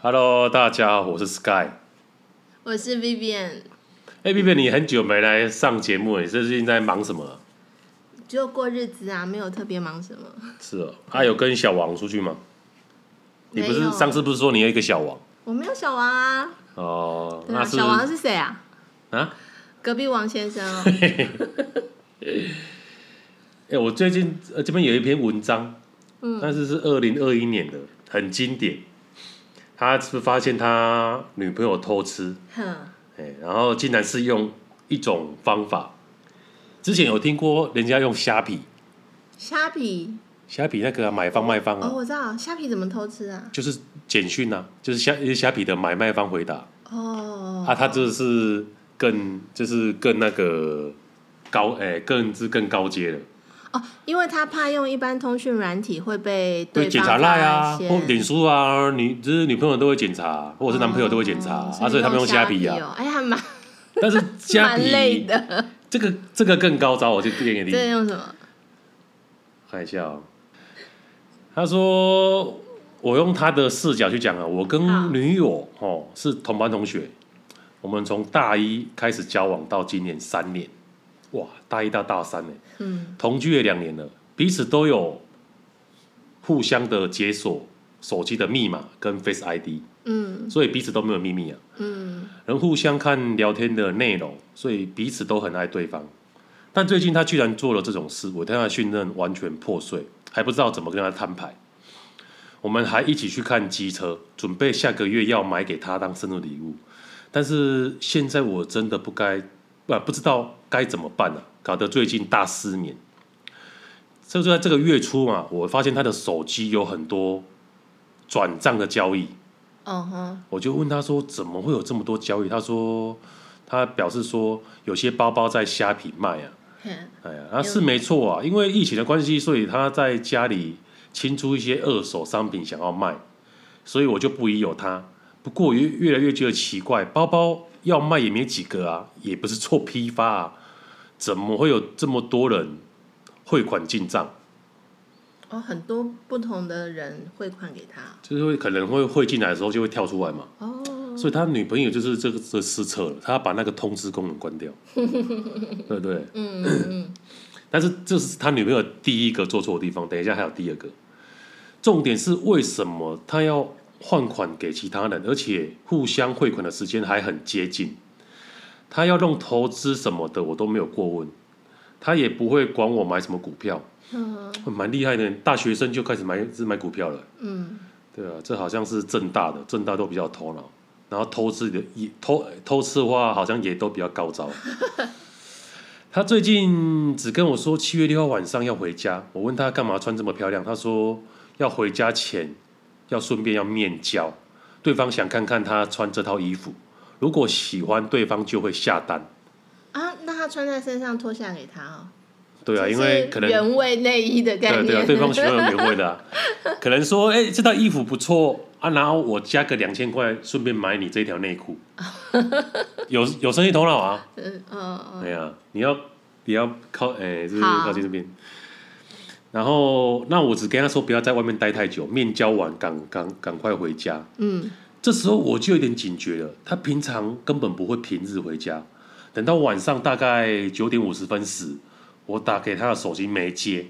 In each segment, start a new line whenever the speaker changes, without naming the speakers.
Hello，大家好，我是 Sky。
我是 Vivian，
哎、b B，你很久没来上节目了，你最近在忙什么啊？
只有过日子啊，没有特别忙什么。
是哦，啊，有跟小王出去吗？你不
没
是
有
上次不是说你有一个小王
我没有小王啊，
哦？
对
那
啊，
是
小王是谁啊？
啊？
隔壁王先生哦。
哎、我最近呃这边有一篇文章，嗯，但是是二零二一年的，很经典。他是发现他女朋友偷吃，
哼，
哎、然后竟然是用一种方法。之前有听过人家用虾皮，
虾皮
虾皮那个啊、买方卖方啊，
哦，我知道虾皮怎么偷吃啊？
就是简讯啊，就是虾虾皮的买卖方回答
哦，
啊，他就是更就是更那个高哎、更是更高阶的，
哦，因为他怕用一般通讯软体会被
对，
对
检
方
查赖啊，
发现
或脸书啊，女就是女朋友都会检查，或者是男朋友都会检
嗯
查、啊，所以他们用虾皮啊，
哦，哎，还蛮
但是虾
蛮累
皮嗯
的。
这个这个更高招，我就念给你
这用什么？
看一下哦。他说：“我用他的视角去讲啊，我
好
跟女友哦是同班同学，我们从大一开始交往到今年三年，哇，大一到大三呢，
嗯，
同居也两年了，彼此都有互相的解锁手机的密码跟 Face ID，
嗯
所以彼此都没有秘密啊。
嗯，
能互相看聊天的内容，所以彼此都很爱对方。但最近他居然做了这种事，我对他的信任完全破碎，还不知道怎么跟他摊牌。我们还一起去看机车，准备下个月要买给他当生日礼物。但是现在我真的不该，呃不、不知道该怎么办了、啊搞得最近大失眠。这就在这个月初嘛，我发现他的手机有很多转账的交易，
哦哈，
我就问他说怎么会有这么多交易？他说他表示说有些包包在虾皮卖啊，
哼
哎呀，啊是没错啊，因为疫情的关系，所以他在家里清出一些二手商品想要卖，所以我就不疑有他。不过我越越来越觉得奇怪，包包要卖也没几个啊，也不是做批发啊，怎么会有这么多人汇款进账？
哦，很多不同的人汇款给他
就是会可能会汇进来的时候就会跳出来嘛。
哦，
所以他女朋友就是这个这失策了，他把那个通知功能关掉，对不对？
嗯嗯嗯，
但是这是他女朋友第一个做错的地方，等一下还有第二个。重点是为什么他要换款给其他人，而且互相汇款的时间还很接近？他要弄投资什么的，我都没有过问，他也不会管我买什么股票，
嗯
蛮厉害的，大学生就开始买只买股票了。
嗯。
对啊，这好像是正大的，正大都比较有头脑，然后偷吃的也偷偷吃的话，好像也都比较高招。 他最近只跟我说七月六号晚上要回家，我问他干嘛穿这么漂亮，他说要回家前要顺便要面交，对方想看看他穿这套衣服，如果喜欢对方就会下单。
啊，那他穿在身上脱下给他哦。
对啊，
这
因
是
为可能
原味内衣的
对
概
啊
念。
对啊，对方喜欢有原味的、啊，可能说，哎、这套衣服不错啊，然后我加个两千块，顺便买你这条内裤，有有生意头脑啊，
嗯 嗯
哎呀、你要你要靠，哎、就是
好
靠近这边。然后，那我只跟他说不要在外面待太久，面交完赶赶赶快回家。
嗯
这时候我就有点警觉了，他平常根本不会平日回家，等到晚上大概九点五十分时，我打给他的手机没接，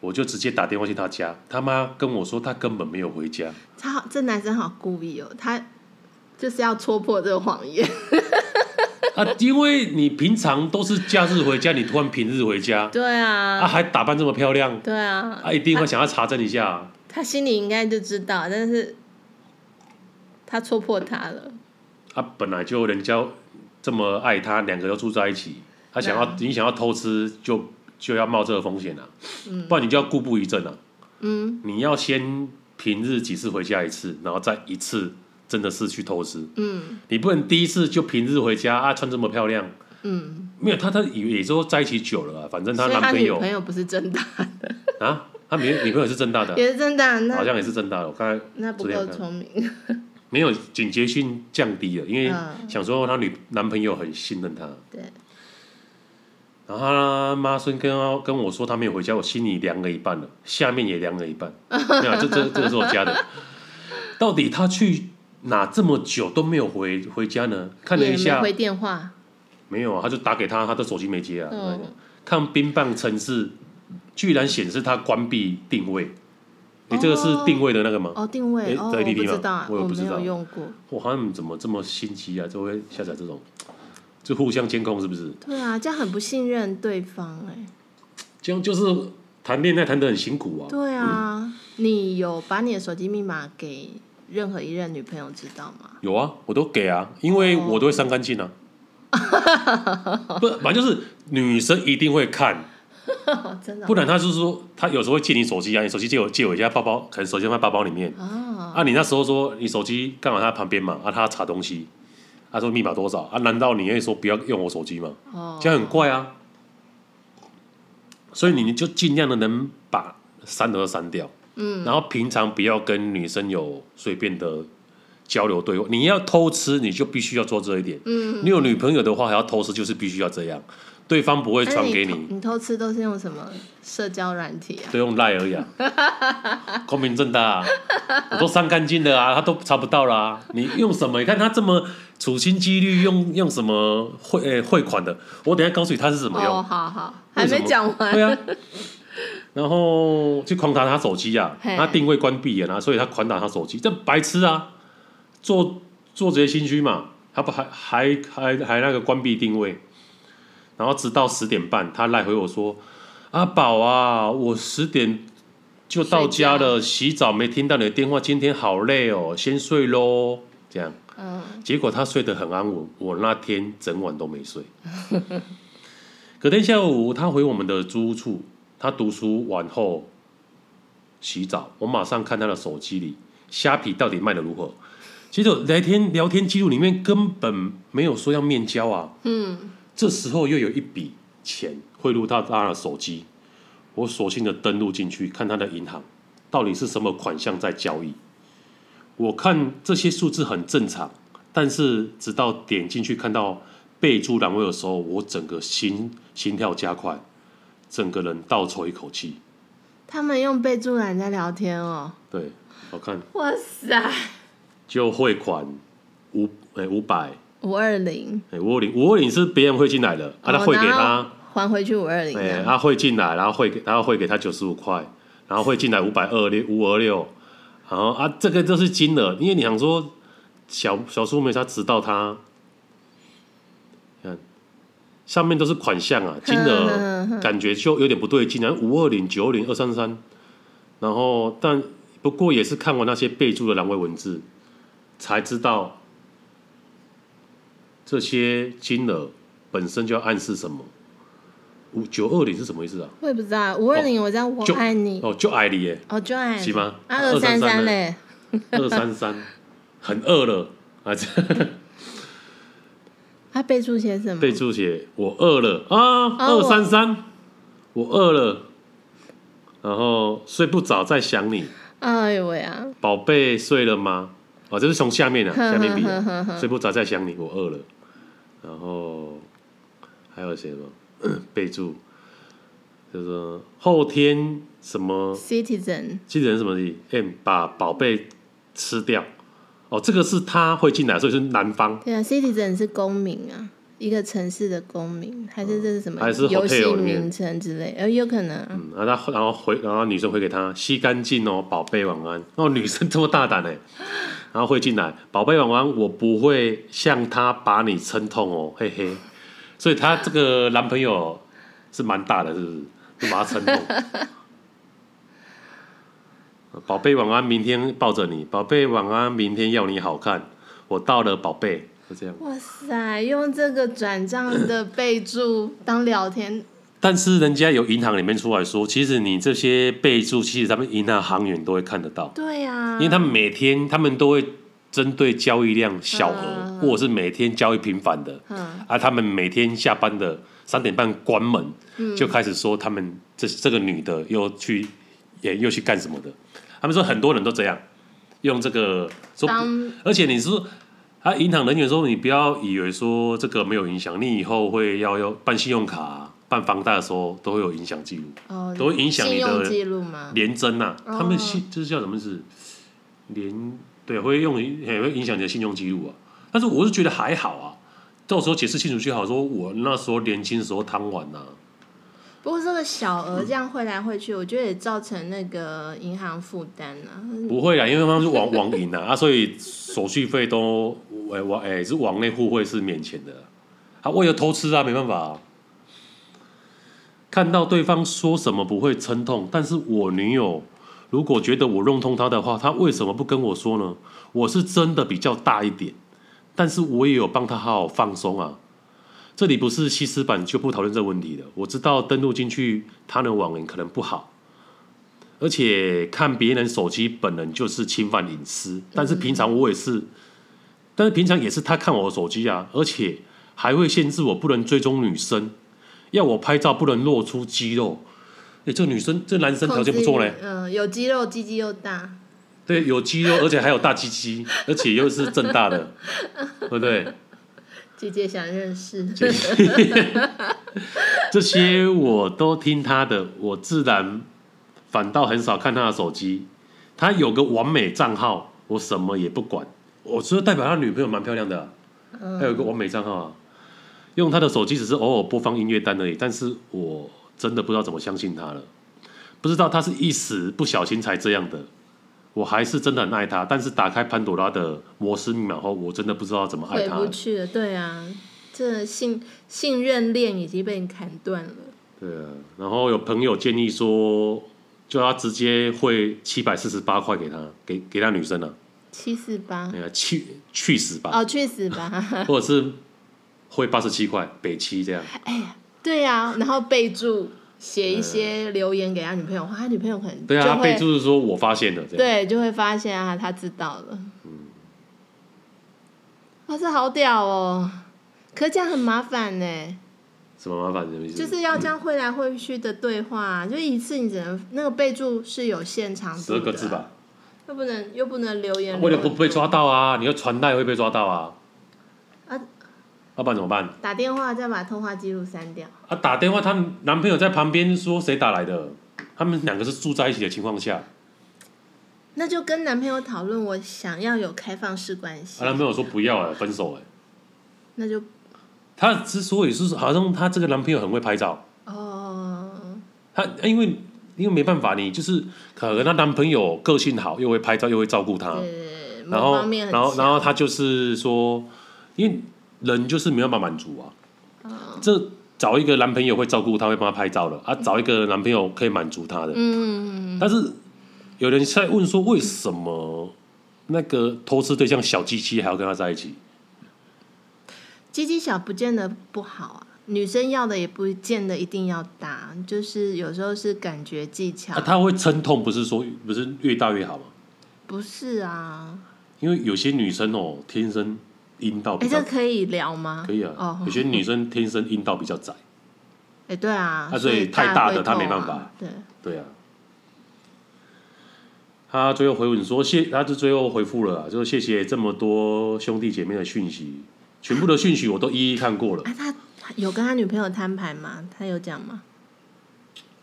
我就直接打电话去他家，他妈跟我说他根本没有回家，
嗯，他好，这男生好故意哦，他就是要戳破这个谎言。
啊，因为你平常都是假日回家，你突然平日回家，
对
啊
啊，
还打扮这么漂亮，
对啊，
啊一定会想要查证一下啊、
他心里应该就知道，但是他戳破他了。
啊，本来就人家这么爱他，两个又住在一起，他想要、你想要偷吃就就要冒这个风险啊，不然你就要固步一阵啊。
嗯
你要先平日几次回家一次，然后再一次真的是去偷吃，
嗯
你不能第一次就平日回家啊，穿这么漂亮。
嗯，
没有，他他以为也说在一起久了啊，反正他
所以
男
他
朋
女
友
朋友不是真的，
啊，他女女朋友是正大的啊，
也是真的啊，
好
那
像也是正大的。我刚才
那不
昨天
够
看
聪明。
没有警觉性降低了，因为
嗯
想说她女男朋友很信任她。
对，
然后他妈孙跟他跟我说他没有 回家，我心里凉了一半了，下面也凉了一半。没有，这这这个是我家的。到底他去哪这么久都没有回回家呢？看了
也
一
没
下，
回电话，
没有啊，他就打给他，他的手机没接啊。
嗯
看冰棒城市，居然显示他关闭定位，你这个是
哦
定位的那个吗？
哦，定位
诶
哦，
在
我
APP
不知
吗
道啊，
我也
我
不知
没有
道
用过。
哇，他们怎么这么心机啊？就会下载这种，就互相监控是不是？
对啊，这样很不信任对方哎、
这样就是谈恋爱谈得很辛苦啊。
对啊，你有把你的手机密码给任何一任女朋友知道吗？
有啊，我都给啊，因为我都会删干净啊。不，反正就是女生一定会看，
哦，真的
不然她就是说，她有时候会借你手机啊，你手机借我借我一下，包包可能手机放在包包里面
啊，
啊。你那时候说你手机刚好在她旁边嘛，啊，她查东西，她说密码多少啊？难道你会说不要用我手机吗？
哦，
这样很怪啊。所以你就尽量的能把删的都删掉，
嗯，
然后平常不要跟女生有随便的交流对话。你要偷吃，你就必须要做这一点。
嗯，
你有女朋友的话，还要偷吃，就是必须要这样，对方不会
那
传给
偷
你，
哎你偷吃都是用什么社交软体啊？
都用赖而已啊，光明正大、啊，我都删干净的啊，他都查不到啦、你用什么？你看他这么处心积虑用用什么汇、呃汇款的，我等一下告诉你他是怎么用。
哦，好好，还
为什么
没讲完。
对啊，然后去狂打他手机啊，
嘿
他定位关闭了啊，所以他狂打他手机，这白痴啊，做做贼心虚嘛，他不还还还还那个关闭定位，然后直到十点半，他赖回我说：“阿宝啊，我十点就到家了，洗澡没听到你的电话，今天好累哦，先睡喽。”这样，
嗯，
结果他睡得很安稳，我那天整晚都没睡。 隔天下午，他回我们的租屋处，他读书完后洗澡，我马上看他的手机里虾皮到底卖的如何。结果聊天聊天记录里面根本没有说要面交啊。嗯，这时候又有一笔钱汇入到他的手机，我索性的登录进去看他的银行到底是什么款项在交易。我看这些数字很正常，但是直到点进去看到备注栏位的时候，我整个心心跳加快，整个人倒抽一口气。
他们用备注栏在聊天哦。
对，我看
哇塞，
就汇款五哎五百
五二零，
哎五二零五二零是别人汇进来的，啊他
哦
汇给，
然
他
后，还回去五二零。啊
哎他汇进来，然后汇给然后汇给他九十五块，然后汇进来五百二六五二六，然后啊这个就是金额，因为你想说小小苏梅她直到他，看上面都是款项啊，金额。感觉就有点不对劲，然后五二零、九二零、二三三，然后但不过也是看完那些备注的栏位文字，才知道这些金额本身就要暗示什么。五九二零是什么意思啊？
我也不知道，五二零我在我
就
爱你，
哦，就矮你耶，
哦，就爱你
是吗
啊，
二
二
三三
三三
呢
嘞，
二三三，很饿了 啊！这
他啊备注些什么？
备注写我饿了啊，
哦
二三三，我饿了，然后睡不着再想你。
哎呦喂啊！
宝贝睡了吗？哦，这是从下面啊，
哼
下面比
哼
啊
哼，哼
睡不着在想你，我饿了。然后还有谁吗？ 备注就是说后天什么
Citizen，
记人什么的 M 把宝贝吃掉。哦，这个是他会进来，所以是男方
对啊，Citizen 是公民啊，一个城市的公民，还是这是什么
嗯还是
游戏
hotel 里面
名称之类？呃，有可能啊。
嗯，然后他然后回，然后女生回给他吸干净哦，宝贝晚安。哦，女生这么大胆哎，然后会进来，宝贝晚安，我不会像他把你撑痛哦，嘿嘿。所以她这个男朋友是蛮大的，是不是？就把他撑痛。哦宝贝晚安，明天抱着你。宝贝晚安，明天要你好看。我到了，宝贝，就这样。
哇塞，用这个转账的备注当聊天，
但是人家有银行里面出来说，其实你这些备注，其实他们银行行员都会看得到。
对啊，
因为他们每天他们都会针对交易量小额，
嗯
或者是每天交易频繁的，
嗯
啊，他们每天下班的三点半关门，
嗯
就开始说他们这这个女的又去也又去干什么的，他们说很多人都这样，用这个说不，
当
而且你是说啊，银行人员说你不要以为说这个没有影响，你以后会要要办信用卡啊、办房贷的时候都会有影响记录。
哦
都会影响
信
你的嗯啊
用记录吗？
连征呐、
哦
他们信这是叫什么是连对，会用也会影响你的信用记录啊。但是我是觉得还好啊，到时候解释清楚就好。说我那时候年轻的时候贪玩啊呐、
不过这个小额这样汇来汇去，我觉得也造成那个银行负担啊。
不会啦，因为他们是网网银啊，啊，所以手续费都诶网诶是网内互惠是免钱的啊。啊，为了偷吃啊，没办法、啊。看到对方说什么不会撑痛，但是我女友如果觉得我弄痛她的话，她为什么不跟我说呢？我是真的比较大一点，但是我也有帮她好好放松啊。这里不是西施版，就不讨论这问题了。我知道登录进去他的网银可能不好，而且看别人手机本人就是侵犯隐私。但是平常我也是，但是平常也是他看我的手机啊，而且还会限制我不能追踪女生，要我拍照不能露出肌肉。哎，这女生这男生条件不错嘞，
嗯、有肌肉，鸡鸡又大，
对，有肌肉，而且还有大鸡鸡，而且又是正大的，对不对？
姐姐想认识。
这些我都听他的，我自然反倒很少看他的手机。他有个完美账号，我什么也不管。我觉得代表他女朋友蛮漂亮的啊、他有个完美账号啊。用他的手机只是偶尔播放音乐单而已，但是我真的不知道怎么相信他了。不知道他是一时不小心才这样的，我还是真的很爱他。但是打开潘朵拉的摩斯密码后，我真的不知道怎么爱
回
他
不
了。
去了，对啊，这信信任链已经被你砍断了。
对啊，然后有朋友建议说，就他直接汇七百四十八块给他，给给他女生啊，
七四八
哎，呀，去去死吧，
嗯哦，去死吧！
或者是汇八十七块北七这样，
哎呀，对呀、啊，然后备注写一些留言给他女朋友，哇他女朋友可能
对啊，
就
他
会
备注是说我发现了这样，
对，就会发现啊，他知道了。
嗯
哇，这好屌哦！可是这样很麻烦呢，
什么麻烦什么意思？
就是要这样汇来汇去的对话、啊就一次你只能那个备注是有限长
十
度
二
的，啊
个字，吧，
又不能又不能留言，
为了不被抓到啊，你要传代会被抓到啊，
啊
要不然怎么办？
打电话再把通话记录删掉，
啊，打电话，她男朋友在旁边说谁打来的，他们两个是住在一起的情况下，啊
那就跟男朋友讨论我想要有开放式关
啊，
系，
男朋友说不要了，分手了。
那就
她之所以是好像她这个男朋友很会拍照，
哦，
她因为因为没办法，你就是可能她男朋友个性好，又会拍照，又会照顾她，
对，
然
呃某
后
方面很
然后然后
强
她就是说，因为人就是没办法满足啊，
哦
这找一个男朋友会照顾她，会帮她拍照的啊，找一个男朋友可以满足她的，
嗯，
但是有人在问说，为什么那个偷吃对象小鸡鸡还要跟他在一起？
鸡鸡小不见得不好啊，女生要的也不见得一定要大，就是有时候是感觉技巧，
啊，他会撑痛，不是说不是越大越好吗？
不是啊？
因为有些女生哦，天生阴道
哎、
比较、
这可以聊吗？
哦可以啊，
哦，
有些女生天生阴道比较窄，
哎、对啊，
啊所
所
以
以
太大的
会
她没
痛
办
啊
法
对，
对啊。他最后回我说谢，他就最后回复了啊，就谢谢这么多兄弟姐妹的讯息，全部的讯息我都一一看过了。
哎、他有跟他女朋友摊牌吗？他有讲吗？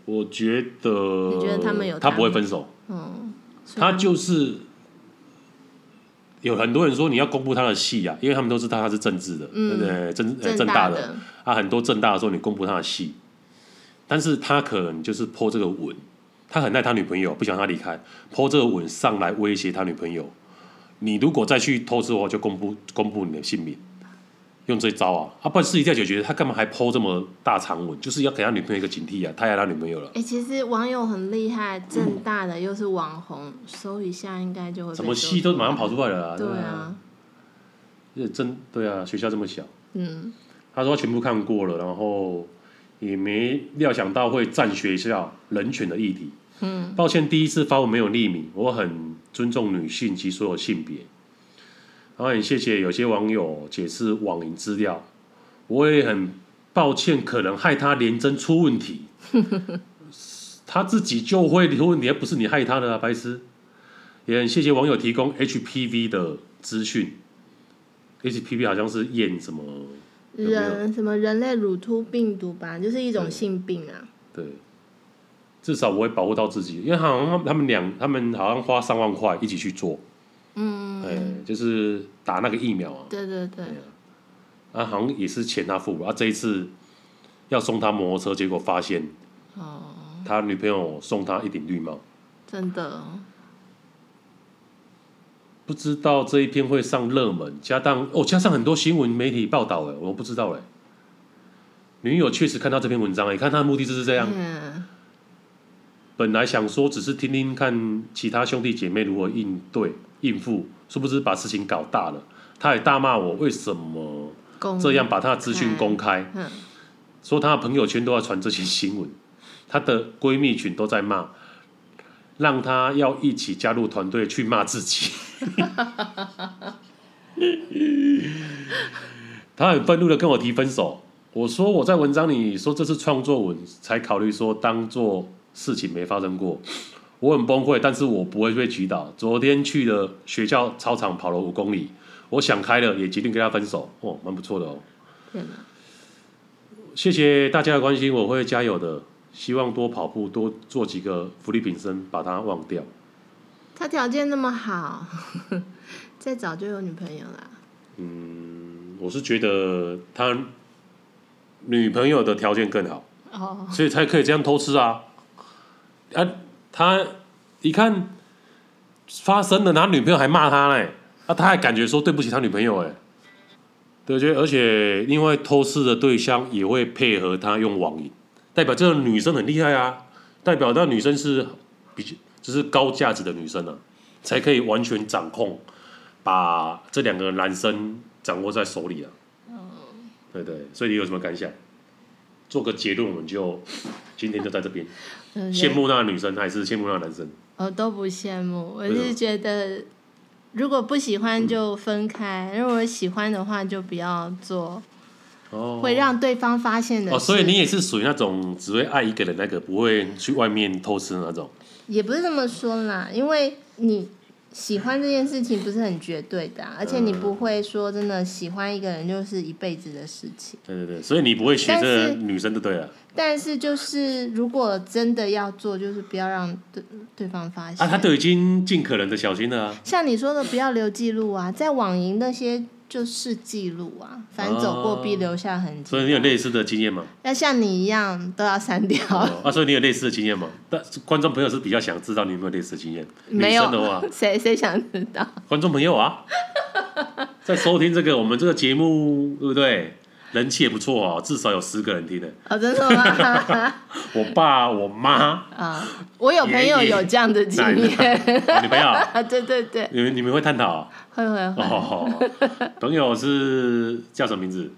我觉得，
你觉得他们有
他
谈
不会分手，
嗯，所以
他就是有很多人说你要公布他的戏啊，因为他们都知道他是政治的，
嗯
呃，政呃
正
政
大
大的，啊，很多正大的时候你公布他的戏，但是他可能就是泼这个吻，他很爱他女朋友，不想让他离开，泼这个吻上来威胁他女朋友，你如果再去偷吃的话，就公布公布你的姓名，用这招啊，啊，不然私底下解决，他干嘛还泼这么大长吻？就是要给他女朋友一个警惕啊，太爱他女朋友了，
哎、其实网友很厉害，正大的又是网红，搜一下应该就会被
什么
搜
戏都
出
马上
来
跑出来了啊，
对
啊
啊，，
这真对啊，学校这么小。
嗯，
他说他全部看过了，然后也没料想到会占学校人权的议题。嗯，抱歉，第一次发文没有匿名，我很尊重女性及所有性别。然后很谢谢有些网友解释网银资料，我也很抱歉，可能害他连真出问题，他自己就会出问题，又不是你害他的啊，白痴。也很谢谢网友提供 HPV 的资讯，HPV 好像是验什么有没有
人什么人类乳突病毒吧，就是一种性病啊。
对，至少我会保护到自己，因为好像他们两，他们好像花三万块一起去做，嗯，哎、就是打那个疫苗啊，
对对对，
啊，好像也是钱他付啊，这一次要送他摩托车，结果发现
哦，
他女朋友送他一顶绿帽，
真的，哦
不知道这一篇会上热门，加上哦，加上很多新闻媒体报道，哎，我不知道哎。女友确实看到这篇文章，哎，看她的目的就是这样。
嗯，
本来想说只是听听看其他兄弟姐妹如何应对应付，殊不知把事情搞大了。他也大骂我为什么
公
这样，把他的资讯公开，
嗯，
说他的朋友圈都在传这些新闻，她的闺蜜群都在骂，让她要一起加入团队去骂自己。 她很愤怒的跟我提分手，我说我在文章里说这是创作文，才考虑说当做事情没发生过。我很崩溃，但是我不会被击倒。昨天去了学校操场跑了五公里，我想开了，也决定跟她分手。哦，蛮不错的哦。
天啊哪，
谢谢大家的关心，我会加油的。希望多跑步，多做几个福利品身，把它忘掉。
他条件那么好， 再早就有女朋友啦，
嗯我是觉得他女朋友的条件更好，
哦，
所以才可以这样偷吃啊！啊，他一看发生了，他女朋友还骂他嘞，啊，他还感觉说对不起他女朋友哎，对不对？而且因为偷吃的对象也会配合他用网瘾，代表这个女生很厉害啊，代表那女生是比较就是高价值的女生啊，才可以完全掌控，把这两个男生掌握在手里啊。对对，所以你有什么感想？做个结论，我们就今天就在这边。
对
羡慕那个女生还是羡慕那个男生？
我都不羡慕，我
为什么
是觉得如果不喜欢就分开，如果喜欢的话就不要做
哦
会让对方发现的事。
哦，所以你也是属于那种只会爱一个人那个，不会去外面偷吃的那种。
也不是这么说啦，因为你喜欢这件事情不是很绝对的啊、而且你
嗯
不会说真的喜欢一个人就是一辈子的事情。
对对对，所以你不会学
但
这
是
个女生就对了。
但是就是如果真的要做，就是不要让对对方发现。
啊，她都已经尽可能的小心了啊。
像你说的，不要留记录啊，在网银那些就是记录啊，反正走过必留下痕迹。
哦所以你有类似的经验吗？
要像你一样都要删掉，
哦啊，所以你有类似的经验吗？但是观众朋友是比较想知道你有没有类似的经验。
没
女
有
生的话，
谁谁想知道？
观众朋友 啊，在收听这个我们这个节目，对不对？人气也不错哦，至少有十个人听的。
哦，真的吗？
我爸、我妈、
啊，我有朋友
爷爷
有这样的经验，
我女朋友，
啊，对对对，
你们你们会探讨哦、
会会会，
哦，朋友是叫什么名 字？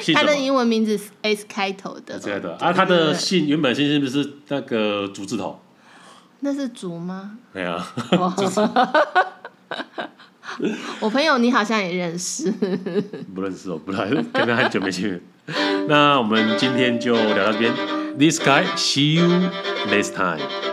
姓
他
什
的
么？
英文名字是 S 开头的，
这的
对
啊，他
对
的
对
姓原本姓是不是那个竹字头？
那是竹吗？
对啊，
哦 我朋友你好像也认识，
不认识哦，不然跟他很久没见面。那我们今天就聊到这边。This guy, see you next time.